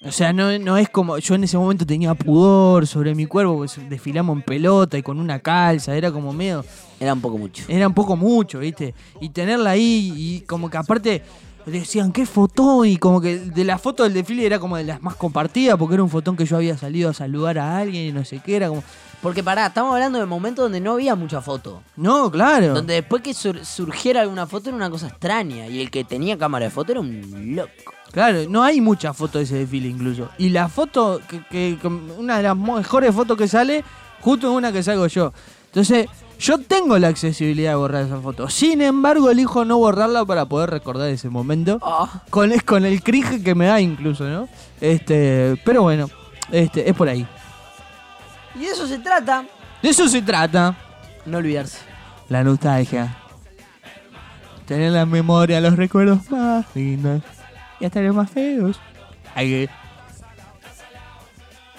S4: o sea, no, no es como. Yo en ese momento tenía pudor sobre mi cuerpo, porque desfilamos en pelota y con una calza, era como medio.
S3: Era un poco mucho.
S4: Era un poco mucho, ¿viste? Y tenerla ahí y como que aparte decían, qué fotón. Y como que de la foto del desfile era como de las más compartidas, porque era un fotón que yo había salido a saludar a alguien y no sé qué, era como.
S3: Porque pará, estamos hablando de momentos donde no había mucha foto.
S4: No, claro.
S3: Donde después que sur- surgiera alguna foto era una cosa extraña. Y el que tenía cámara de foto era un loco.
S4: Claro, no hay muchas fotos de ese desfile incluso. Y la foto, que, que- que una de las mejores fotos que sale, justo es una que salgo yo. Entonces, yo tengo la accesibilidad de borrar esa foto. Sin embargo, elijo no borrarla para poder recordar ese momento.
S3: Ah.
S4: Con, es con el cringe que me da incluso, ¿no? Este, pero bueno, este, es por ahí.
S3: Y de eso se trata.
S4: De eso se trata.
S3: No olvidarse.
S4: La nostalgia. Tener la memoria, los recuerdos más lindos. Y hasta los más feos. Hay que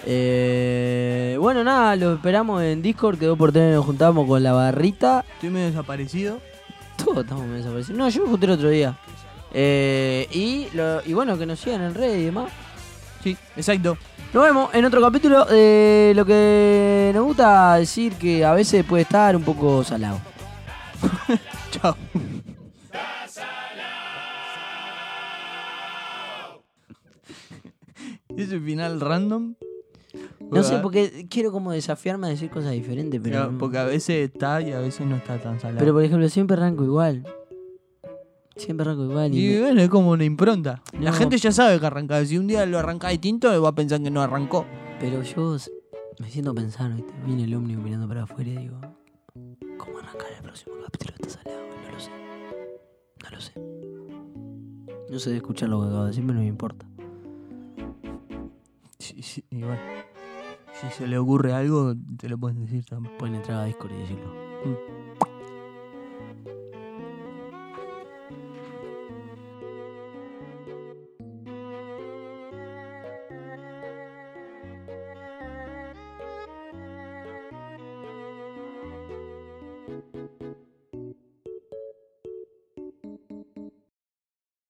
S3: Eh, bueno, nada, lo esperamos en Discord. Quedó por tener, nos juntamos con la barrita.
S4: Estoy medio desaparecido.
S3: Todos estamos medio desaparecidos. No, yo me junté el otro día. Eh, y, lo- y bueno, que nos sigan en redes y demás.
S4: Sí, exacto.
S3: Nos vemos en otro capítulo. Eh, lo que nos gusta decir que a veces puede estar un poco salado.
S4: Chao. ¿Es un final random?
S3: No sé, porque quiero como desafiarme a decir cosas diferentes, pero.
S4: Claro, Porque a veces está y a veces no está tan salado.
S3: Pero por ejemplo, siempre arranco igual. Siempre arranco igual. y
S4: Y
S3: me-
S4: bueno, es como una impronta. La
S3: No.
S4: gente ya sabe que arranca. Si un día lo arranca distinto, va a pensar que no arrancó.
S3: Pero yo s- me siento a pensar, ¿viste? Viene el ómnibus mirando para afuera y digo, ¿cómo arrancar el próximo capítulo de esta salada? No lo sé. No lo sé. No sé de escuchar lo que acabo de decirme, no me importa.
S4: Sí, sí, y bueno. Si se le ocurre algo, te lo pueden decir también.
S3: Pueden entrar a Discord y decirlo.